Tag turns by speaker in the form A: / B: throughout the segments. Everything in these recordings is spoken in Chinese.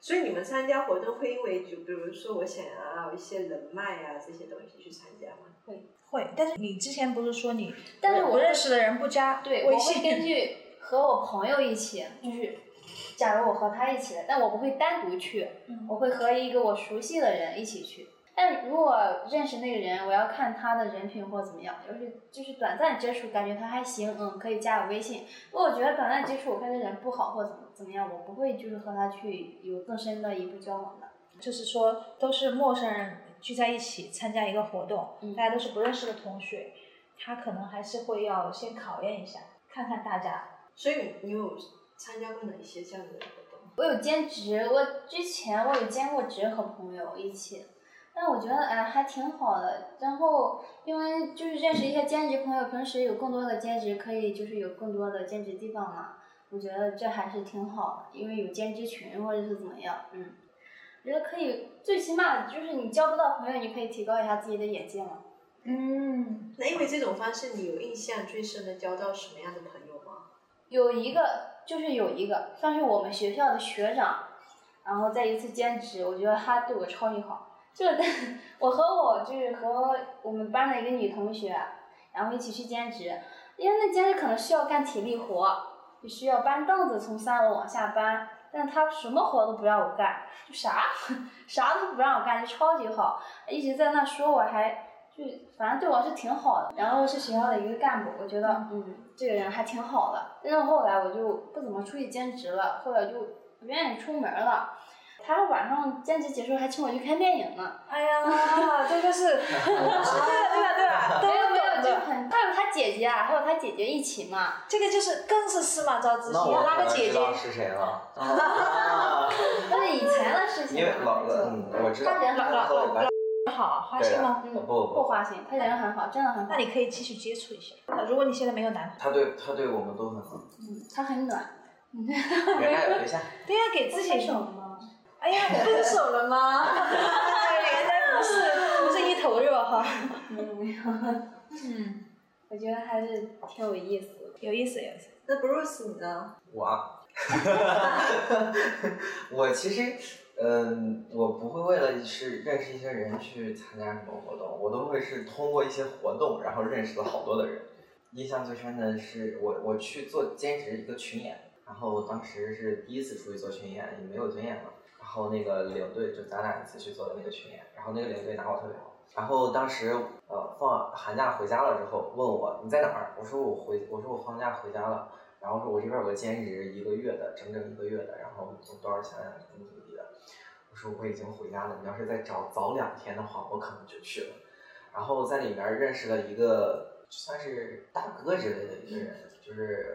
A: 所以你们参加活动会因为就比如说我想要一些人脉啊这些东西去参加吗？
B: 会，但是你之前不是说你，
C: 但是
B: 我
C: 我
B: 不认识的人不加
C: 对，
B: 微
C: 我会
B: 信，嗯
C: 根据和我朋友一起，就是假如我和他一起的，但我不会单独去，
B: 嗯
C: 我会和一个我熟悉的人一起去。但如果认识那个人，我要看他的人品或怎么样，就是就是短暂接触，感觉他还行，嗯，可以加我微信。如果我觉得短暂接触，我看这人不好或怎么怎么样，我不会就是和他去有更深的一步交往的。
B: 就是说都是陌生人聚在一起参加一个活动，
C: 嗯
B: 大家都是不认识的同学，他可能还是会要先考验一下，看看大家。
A: 所以你你有参加过哪一些这样子的活动？
C: 我有兼职，我之前我有兼过职和朋友一起，但我觉得哎还挺好的。然后因为就是认识一些兼职朋友，平时有更多的兼职可以就是有更多的兼职地方嘛，我觉得这还是挺好的，因为有兼职群或者是怎么样，嗯，觉得可以，最起码就是你交不到朋友，你可以提高一下自己的眼界嘛。
B: 嗯，
A: 那因为这种方式，你有印象最深的交到什么样的朋友吗？
C: 有一个就是有一个算是我们学校的学长，然后在一次兼职，我觉得他对我超级好。就是 我和我就是和我们班的一个女同学，然后一起去兼职，因为那兼职可能需要干体力活，就需要搬凳子从三楼往下搬，但他什么活都不让我干，就啥 啥都不让我干，就超级好，一直在那说我还。就反正对我是挺好的，然后是学校的一个干部，我觉得嗯，这个人还挺好的。但是后来我就不怎么出去兼职了，后来就不愿意出门了。他晚上兼职结束还请我去看电影呢，
B: 哎呀，这就是， 对吧对吧对吧，都
C: 没有没有，
B: 懂
C: 就
B: 的，
C: 很还有他姐姐啊，还有他姐姐一起嘛，
B: 这个就是更是司马昭之心，
D: 那我
B: 拉
D: 可
B: 个
D: 能
B: 姐
D: 知
B: 姐，
D: 道是谁了。啊，
B: 嗯
C: 那是以前的事情
D: 因为
C: 了。
D: 老
C: 那就
D: 嗯，我知道
C: 他人很
D: 他和
C: 好，
D: 我关系
B: 好花心吗？
C: 嗯，
D: 不
C: 不
D: 不，
C: 花心，他人很好，真的很好
B: 那。你可以继续接触一下。呃如果你现在没有男朋
D: 他对他对我们都很好。
C: 嗯，他很暖。
D: 原来有对象，
B: 友，对呀、给自己
C: 手吗？
B: 哎呀，分手了吗？原哎来不是，不是一头热哈。
C: 没有没有，
B: 嗯，
C: 我觉得还是挺有意思的。
B: 有意思，有意思。
A: 那 Bruce 你呢？
D: 我啊， 我其实，嗯，我不会为了是认识一些人去参加什么活动，我都会是通过一些活动，然后认识了好多的人。印象最深的是我我去做兼职一个群演，然后当时是第一次出去做群演，也没有经验嘛。然后那个领队就咱俩一起去做的那个群演，然后那个领队拿我特别好。然后当时呃放寒假回家了之后，问我你在哪儿？我说我回我说我放假回家了。然后说我这边有个兼职一个月的，整整一个月的，然后多少钱啊怎么怎么地的。我说我已经回家了，你要是再找早两天的话，我可能就去了。然后在里面认识了一个算是大哥之类的一个人，就是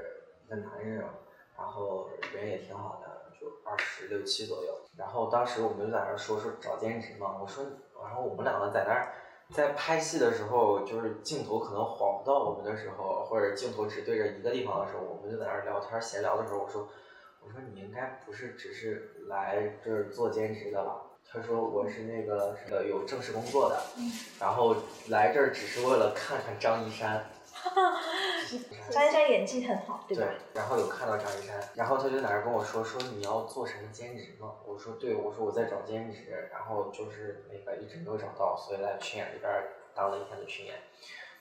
D: 一个男人，啊然后人也挺好的，就二十六七左右。然后当时我们就在那儿说说找兼职嘛，我说，然后我们两个在那儿在拍戏的时候，就是镜头可能晃不到我们的时候，或者镜头只对着一个地方的时候，我们就在那儿聊天闲聊的时候，我说，我说你应该不是只是来这儿做兼职的吧？他说我是那个是个有正式工作的，
B: 嗯
D: 然后来这儿只是为了看看张一山。
B: 张一山演技很好，对吧？
D: 然后有看到张一山，然后他就在那儿跟我说说你要做什么兼职吗？我说对，我说我在找兼职，然后就是那个一直没有找到，所以来群演这边当了一天的群演。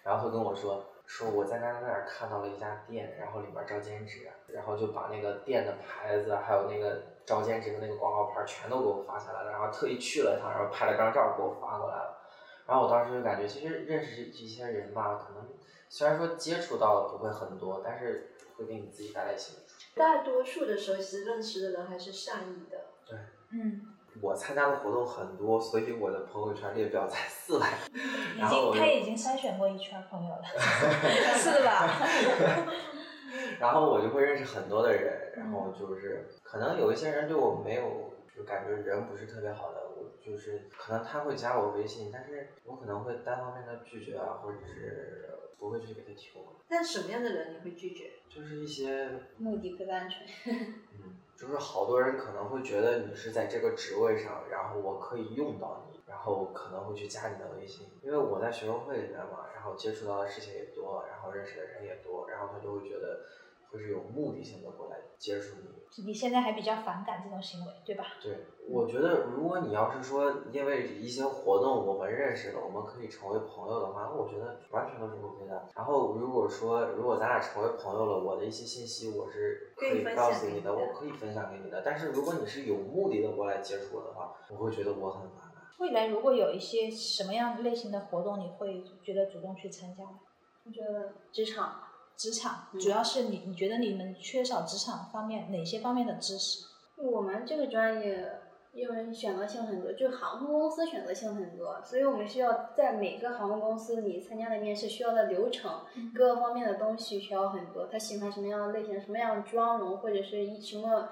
D: 然后他跟我说说我在那儿那儿看到了一家店，然后里面招兼职，然后就把那个店的牌子还有那个招兼职的那个广告牌全都给我发下来了，然后特意去了一趟，然后拍了张照给我发过来了。然后我当时就感觉，其实认识这些人吧，可能虽然说接触到的不会很多，但是会给你自己带来一些益处。
A: 大多数的时候，其实认识的人还是善意的。
B: 嗯，
D: 我参加的活动很多，所以我的朋友圈列表才四百。
B: 已
D: 然后
B: 经
D: 我
B: 他
D: 就，
B: 已经筛选过一圈朋友了，是的吧？
D: 然后我就会认识很多的人，然后就是可能有一些人对我没有，就感觉人不是特别好的，我就是可能他会加我微信，但是我可能会单方面的拒绝啊，或者是不会去给他提供，
A: 但什么样的人你会拒绝？
D: 就是一些
C: 目的不单纯。
D: 嗯，就是好多人可能会觉得你是在这个职位上，然后我可以用到你，然后可能会去加你的微信。因为我在学生会里面嘛，然后接触到的事情也多，然后认识的人也多，然后他就会觉得会是有目的性的过来接触你。
B: 你现在还比较反感这种行为，对吧？
D: 对，我觉得如果你要是说因为一些活动我们认识了，我们可以成为朋友的话，那我觉得完全都是 OK 的。然后如果说如果咱俩成为朋友了，我的一些信息我是
A: 可
D: 可
A: 以
D: 以
A: 分
D: 告
A: 享
D: 诉
A: 给
D: 你的，
A: 你
D: 我
A: 的
D: 可以分享给你的。但是如果你是有目的的过来接触我的话，我会觉得我很烦。
B: 未来如果有一些什么样类型的活动，你会觉得主动去参加吗？
C: 我觉得职场
B: 职场
C: 嗯
B: 主要是你，你觉得你们缺少职场方面哪些方面的知识？
C: 我们这个专业因为选择性很多，就是航空公司选择性很多，所以我们需要在每个航空公司你参加的面试需要的流程、各个方面的东西需要很多。他喜欢什么样的类型、什么样的妆容，或者是一什么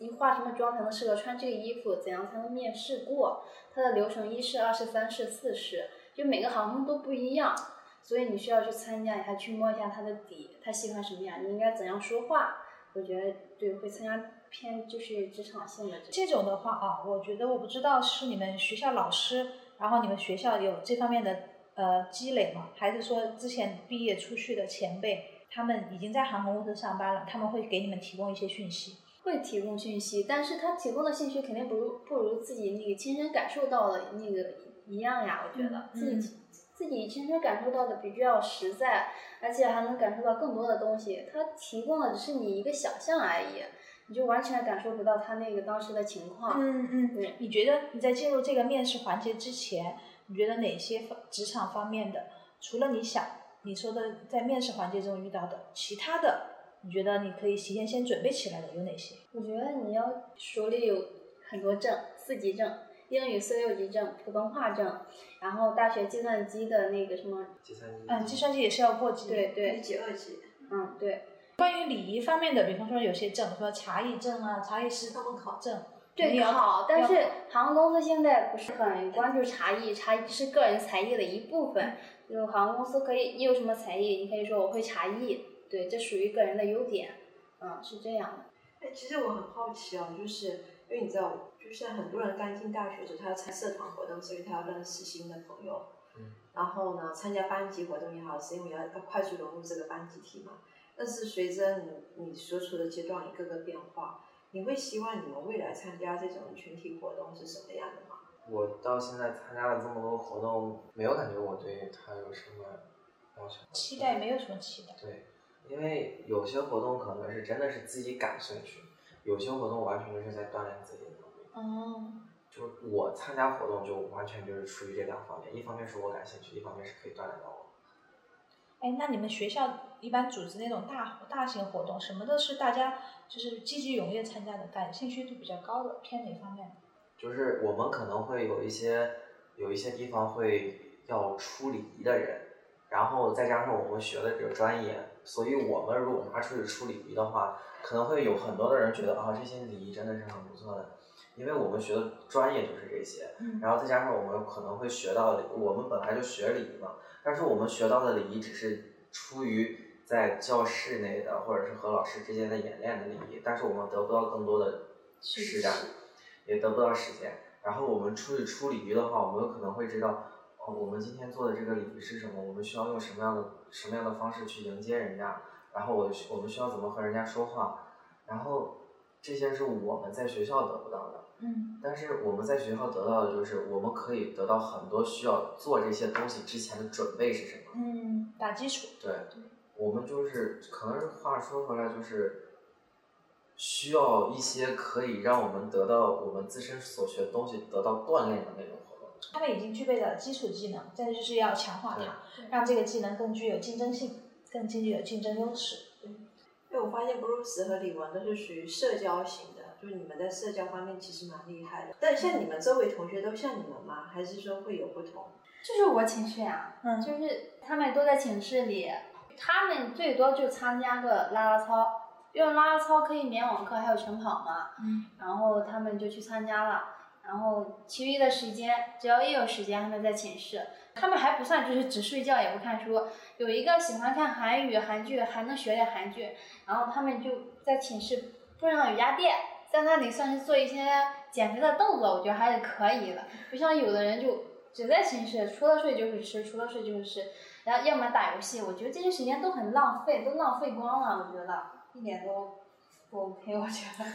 C: 一化什么妆才能适合穿这个衣服，怎样才能面试过？它的流程一试、二试、三试、四试，就每个航空都不一样。所以你需要去参加一下，去摸一下他的底，他喜欢什么样，你应该怎样说话，我觉得对，会参加偏就是职场性的这
B: 这种的话啊，我觉得我不知道是你们学校老师，然后你们学校有这方面的呃积累吗？还是说之前毕业出去的前辈，他们已经在航空公司上班了，他们会给你们提供一些讯息？
C: 会提供讯息，但是他提供的信息肯定不如不如自己那个亲身感受到的那个一样呀，我觉得、自
B: 嗯
C: 己自己亲身感受到的比较实在，而且还能感受到更多的东西。他提供的只是你一个想象而已，你就完全感受不到他那个当时的情况。
B: 嗯嗯
C: 对
B: 你觉得你在进入这个面试环节之前，你觉得哪些方职场方面的，除了你想你说的在面试环节中遇到的，其他的你觉得你可以提前先准备起来的有哪些？
C: 我觉得你要手里有很多证，四级证、英语四六级证、普通话证，然后大学计算机的那个什么，
D: 计算机，
B: 嗯，计算机也是要过级的。
C: 对对
A: 一，级、二级，
C: 嗯对
B: 礼仪方面的，比方说有些证，说茶艺证啊、茶艺师
A: 他们考
B: 证，你
C: 对
B: 要
C: 考，但
B: 要
C: 是
B: 考
C: 航空公司现在不是很关注茶艺，茶艺是个人才艺的一部分，就航空公司可以你有什么才艺，你可以说我会茶艺，对，这属于个人的优点，嗯，是这样的，
A: 哎，其实我很好奇啊，就是因为你知道，就是现在很多人刚进大学的时候，他要参社团活动，是因为他要认识新的朋友。
D: 嗯。
A: 然后呢，参加班级活动也好，是因为要快速融入这个班集体嘛。但是随着你你所处的阶段一个个变化，你会希望你们未来参加这种群体活动是什么样的吗？
D: 我到现在参加了这么多活动，没有感觉我对它有什么要求。
B: 期待没有什么期待。
D: 对，因为有些活动可能是真的是自己感兴趣，有些活动完全就是在锻炼自己的能力。
B: 嗯，
D: 就是我参加活动就完全就是出于这两方面，一方面是我感兴趣，一方面是可以锻炼到我。
B: 哎，那你们学校一般组织那种大大型活动，什么的是大家就是积极踊跃参加的，感兴趣度比较高的，偏哪方面？
D: 就是我们可能会有一些有一些地方会要出礼仪的人，然后再加上我们学的这个专业，所以我们如果拿出去出礼仪的话，可能会有很多的人觉得啊，这些礼仪真的是很不错的，因为我们学的专业就是这些。
B: 嗯
D: 然后再加上我们可能会学到的，我们本来就学礼仪嘛，但是我们学到的礼仪只是出于在教室内的或者是和老师之间的演练的礼仪，但是我们得不到更多的施展，也得不到实践。然后我们出去出礼仪的话，我们有可能会知道，哦，我们今天做的这个礼仪是什么，我们需要用什么样的什么样的方式去迎接人家，然后我我们需要怎么和人家说话，然后这些是我们在学校得不到的。
B: 嗯
D: 但是我们在学校得到的就是，我们可以得到很多需要做这些东西之前的准备是什么。
B: 嗯，打基础。
D: 对，我们就是可能是话说回来，就是需要一些可以让我们得到我们自身所学东西得到锻炼的那种活动。
B: 他们已经具备了基础技能，但就是要强化
D: 对
B: 它，让这个技能更具有竞争性，更具有竞争优势。
A: 因为我发现 Bruce 和李文都是属于社交型的，就是你们在社交方面其实蛮厉害的。但像你们周围同学都像你们吗？还是说会有不同？
C: 就是我寝室呀、
B: 嗯
C: 就是他们都在寝室里，他们最多就参加个拉拉操，因为拉拉操可以免网课，还有晨跑嘛。
B: 嗯，
C: 然后他们就去参加了。然后其余的时间，只要一有时间，他们在寝室。他们还不算就是只睡觉也不看书，有一个喜欢看韩语、韩剧，还能学点韩剧。然后他们就在寝室布上了瑜伽垫，在那里算是做一些减肥的动作，我觉得还是可以的。不像有的人就只在寝室，除了睡就是吃，除了睡就是吃，然后要么打游戏。我觉得这些时间都很浪费，都浪费光了。我觉得，一点都不 OK，我觉得。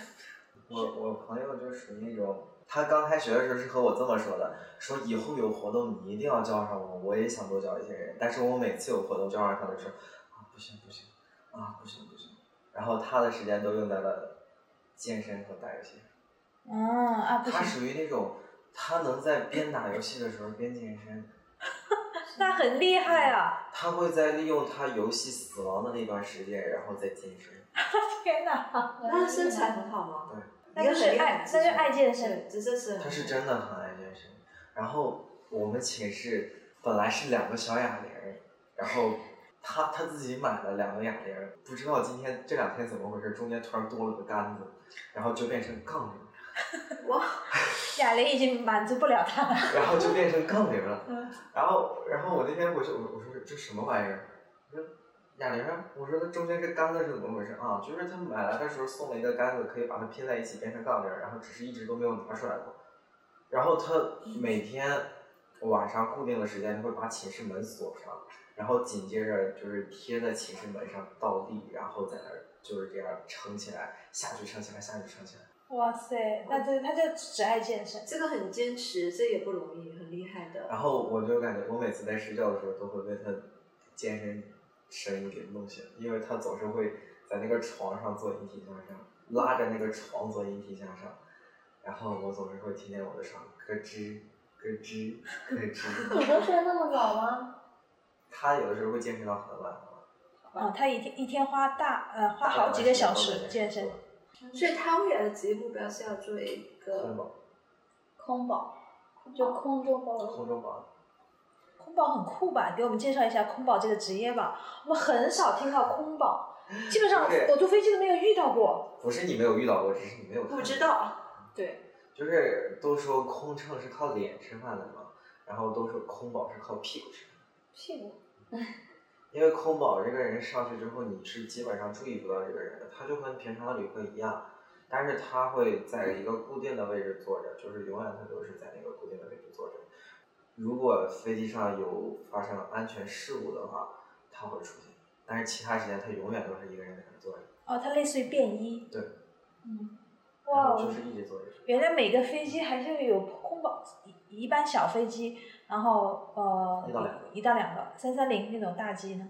D: 我我朋友就属于那种，他刚开学的时候是和我这么说的，说以后有活动你一定要叫上我，我也想多交一些人，但是我每次有活动叫上他的时候，啊不行不行，啊不行不行，然后他的时间都用在了健身和打游戏，
B: 嗯啊，不
D: 他
B: 行，
D: 属于那种他能在边打游戏的时候边健身，
B: 那很厉害啊！
D: 他会在利用他游戏死亡的那段时间，然后再健身，
B: 天哪，
C: 哦
A: 那身材很好吗？
B: 那就
A: 也
B: 很
A: 很
B: 爱，
A: 自
B: 那就
A: 信
B: 爱健身。
A: 是，这这是很
D: 他是真的很爱健身。然后我们寝室本来是两个小哑铃儿，然后他他自己买了两个哑铃儿，不知道今天这两天怎么回事，中间突然多了个杆子，然后就变成杠铃儿，
B: 哑铃已经满足不了他了。
D: 然后就变成杠铃儿了。
B: 嗯
D: 然后然后我那天我就我我说这什么玩意儿？我说哑铃儿，我说它中间这杆子是怎么回事啊？就是他买来的时候送了一个杆子，可以把它拼在一起变成杠铃儿，然后只是一直都没有拿出来过。然后他每天晚上固定的时间会把寝室门锁上，然后紧接着就是贴在寝室门上倒立，然后在那儿就是这样撑起来，下去撑起来，下去撑起来。
B: 哇塞，那这他就只爱健身。
A: 这个很坚持，这也不容易，很厉害的。
D: 然后我就感觉，我每次在睡觉的时候都会被他健身声音给弄醒，因为他总是会在那个床上做引体向上，拉着那个床做引体向上，然后我总是会听见我的床咯吱咯吱咯吱。
C: 你都睡那么早吗？
D: 他有的时候会健身到很晚，
B: 嗯，他一天一天花大呃花好几个小时健身。
A: 所以他未来的职业目标是要做一
D: 空
A: 个
D: 保，
C: 空保，就空中包围。
D: 空中保，
B: 空保很酷吧？给我们介绍一下空保这个职业吧。我们很少听到空保，基本上
D: 对
B: 我坐飞机都没有遇到过。
D: 不是你没有遇到过，只是你没有看
A: 不知
D: 到。
A: 道，啊
C: 对，
D: 就是都说空乘是靠脸吃饭的嘛，然后都说空保是靠屁股吃饭。
C: 屁股。
D: 因为空保这个人上去之后，你是基本上注意不到这个人的，他就跟平常的旅客一样，但是他会在一个固定的位置坐着，就是永远他都是在那个固定的位置坐着。如果飞机上有发生安全事故的话，他会出现，但是其他时间他永远都是一个人在那儿坐着，
B: 哦，它类似于便衣。
D: 对，
C: 嗯，
D: 然
B: 哇
D: 后就
B: 哦，
D: 是一直坐着。
B: 原来每个飞机还是有空保，一一般小飞机，然后呃
D: 一到两个
B: 一到两个，三三零那种大机呢，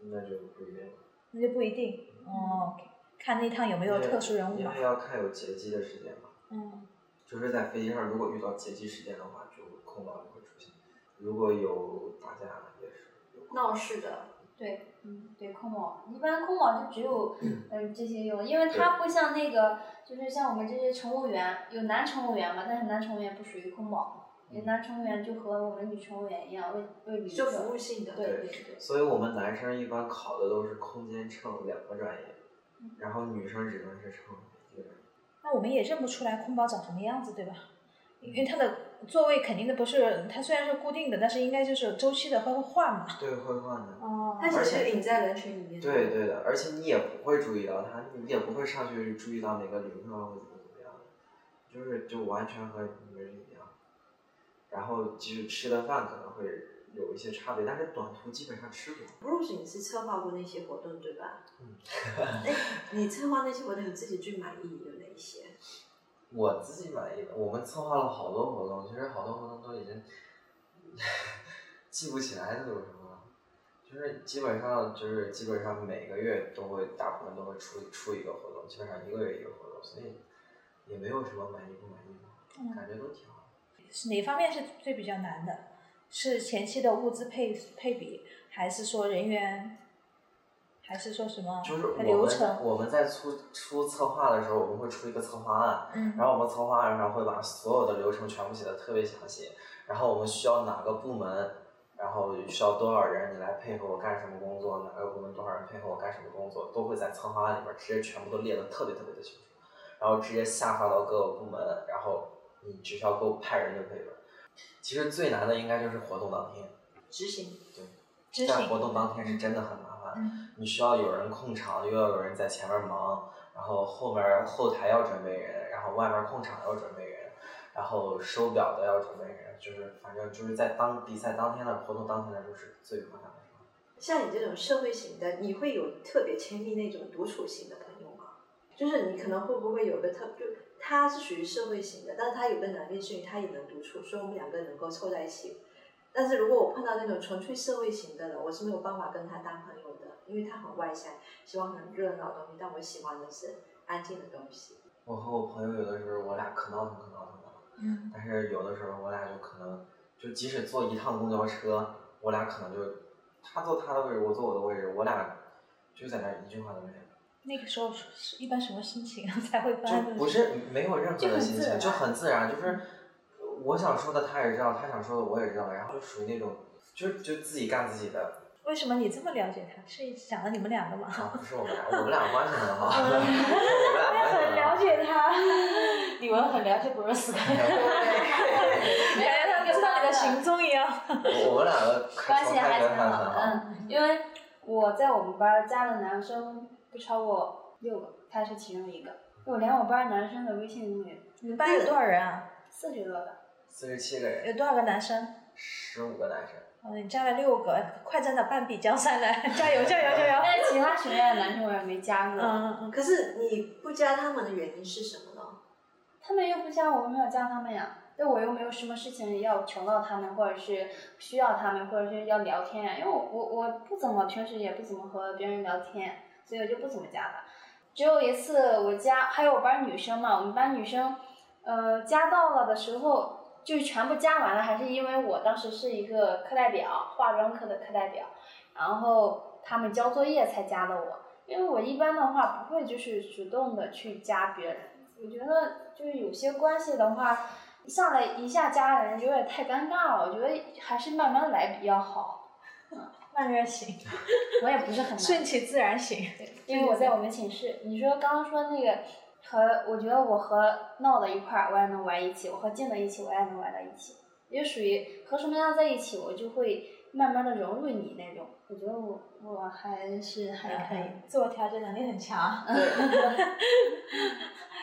D: 那就不一定了，
B: 那就不一定。哦，看那趟有没有
D: 因为
B: 特殊人物
D: 因
B: 吧
D: 为。要看嗯有劫机的时间嘛。
B: 嗯。
D: 就是在飞机上，如果遇到劫机事件的话，就空保就会出现；如果有打架也是有空
A: 闹事的，
C: 对，嗯，对，空保，一般空保就只 有嗯这些用，因为它不像那个，就是像我们这些乘务员，有男乘务员嘛，但是男乘务员不属于空保，有男乘务员就和我们女乘务员一样，为为旅
A: 就
C: 客。
A: 服务性的。
C: 对对对，
D: 所以我们男生一般考的都是空间乘两个专业，然后女生只能是乘一个专业。
B: 那我们也认不出来空包长什么样子，对吧？因为它的座位肯定的不是，它虽然是固定的，但是应该就是有周期的会换嘛。
D: 对，会换的。
B: 哦
A: 他
D: 且
A: 只是隐在人群里面。
D: 对对的，而且你也不会注意到他，你也不会上去注意到哪个旅客或怎么怎么样的，就是就完全和你们一样。然后即使吃的饭可能会有一些差别，但是短途基本上吃不了。
A: ，Bruce，你是策划过那些活动对吧？
D: 嗯
A: 哎，你策划那些活动，你自己最满意有哪一些？
D: 我自己满意的，我们策划了好多活动，其实好多活动都已经 记不起来都有什么了，就是基本上就是基本上每个月都会大部分都会出出一个活动，基本上一个月一个活动，所以也没有什么满意不满意
B: 嗯
D: 的，感觉都挺好。
B: 是哪方面是最比较难的？是前期的物资配配比，还是说人员，还是说什么？
D: 就是我
B: 流
D: 们
B: 程。
D: 我们在出出策划的时候，我们会出一个策划案，
B: 嗯
D: 然后我们策划案上会把所有的流程全部写的特别详细，然后我们需要哪个部门，然后需要多少人，你来配合我干什么工作，哪个部门多少人配合我干什么工作，都会在策划案里边直接全部都列的特别特别的清楚，然后直接下发到各个部门，然后你只需要给我派人就可以了。其实最难的应该就是活动当天，
A: 执行。
B: 执
D: 在
B: 行。
D: 活动当天是真的很麻烦。
B: 嗯
D: 你需要有人控场，又要有人在前面忙，然后后面后台要准备人，然后外面控场要准备人，然后收表的要准备人，就是反正就是在当比赛当天的活动当天来说是最麻烦的时候。
A: 像你这种社会型的，你会有特别亲密那种独处型的朋友吗？就是你可能会不会有个特，就他是属于社会型的，但是他有个能力是因为他也能独处，所以我们两个能够凑在一起。但是如果我碰到那种纯粹社会型的人，我是没有办法跟他当朋友的，因为他很外向，喜欢很热闹的东西，但我喜欢的是安静的东西。
D: 我和我朋友有的时候我俩可闹腾可闹腾了，
B: 嗯，
D: 但是有的时候我俩就可能就即使坐一趟公交车，我俩可能就他坐他的位置，我坐我的位置，我俩就在那儿一句话都没有。
B: 那个时候是是一般什么心情啊 才会发
D: 就
B: 生？
D: 不是没有任何
C: 就
D: 的
C: 很
D: 心
C: 自
D: 情，就
C: 然嗯
D: 很自然，就是我想说的他也知道，他想说的我也知道，然后就属于那种就就自己干自己的，
B: 为什么你这么了解他？是想到你们两个吗？
D: 啊，不是我们俩，我们俩关系很 好，我们俩关系很好。
C: 解他，你们很了解博瑞斯感
B: 感觉他知道你 的行踪一样。
D: 我我们两个
C: 关系
D: 从
C: 还
D: 开
C: 挺
D: 始很
C: 好
D: 好，
C: 的，嗯，因为我在我们班儿加的男生不超过六个，他是其中一个。我连我班儿男生的微信都有
B: 你们班有多少人啊？
C: 四十多个，
D: 四十七个人，
B: 有多少个男生？
D: 十五个男生，
B: 哦，你加了六个，快站到半壁江山来， 加油加油加油！
C: 但是其他学院的男生我也没加啊过，
B: 嗯嗯
A: 可是你不加他们的原因是什么呢？
C: 他们又不加我，我没有加他们呀。对我又没有什么事情要求到他们，或者是需要他们，或者是要聊天呀。因为我我我不怎么平时也不怎么和别人聊天，所以我就不怎么加他。只有一次我加，还有我班女生嘛，我们班女生，呃，加到了的时候就是全部加完了，还是因为我当时是一个课代表，化妆课的课代表，然后他们交作业才加的我，因为我一般的话不会就是主动的去加别人，我觉得就是有些关系的话，上来一下加人有点太尴尬了，我觉得还是慢慢来比较好。
B: 慢热型，
C: 我也不是很
B: 顺其自然型。
C: 对，因为我在我们寝室。你说刚刚说那个和，我觉得我和闹到一块儿，我也能玩一起；我和静到一起，我也能玩到一起。也就属于和什么样在一起，我就会慢慢的融入你那种。我觉得我我还是还可以。
B: 嗯自我调节能力很 强。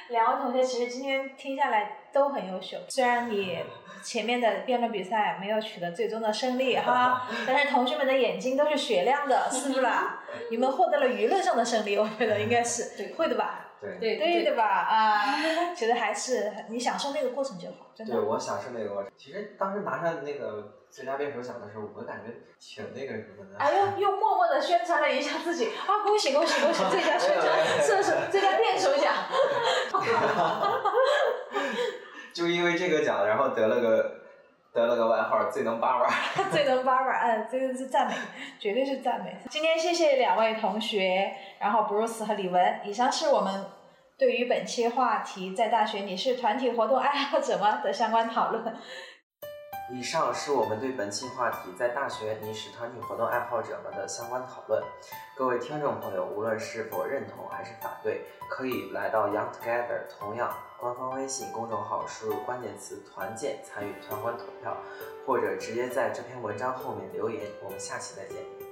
B: 两位同学其实今天听下来都很优秀，虽然你前面的辩论比赛没有取得最终的胜利 哈，但是同学们的眼睛都是雪亮的，是不啦？ 你们获得了舆论上的胜利，我觉得应该是
C: 对
B: 会的吧？
D: 对
C: 对
B: 嗯对的吧？啊，觉得还是你享受那个过程就好，真的
D: 对，。我享受那个过程。其实当时拿上那个最佳辩手奖的时候，我感觉挺那个什么的。
B: 哎呦，又默默的宣传了一下自己啊！恭喜恭喜恭喜！最佳 宣传射手，最佳辩手奖。
D: 就因为这个奖，然后得了个得了个外号，最能叭叭。
B: 最能叭叭，嗯，这个是赞美，绝对是赞美。今天谢谢两位同学，然后 Bruce 和李文，以上是我们对于本期话题“在大学你是团体活动爱好者吗”的相关讨论。
D: 以上是我们对本期话题在大学你使团体活动爱好者们的相关讨论。各位听众朋友，无论是否认同还是反对，可以来到 Young Together 同样官方微信公众号输入关键词“团建”参与团欢投票，或者直接在这篇文章后面留言。我们下期再见。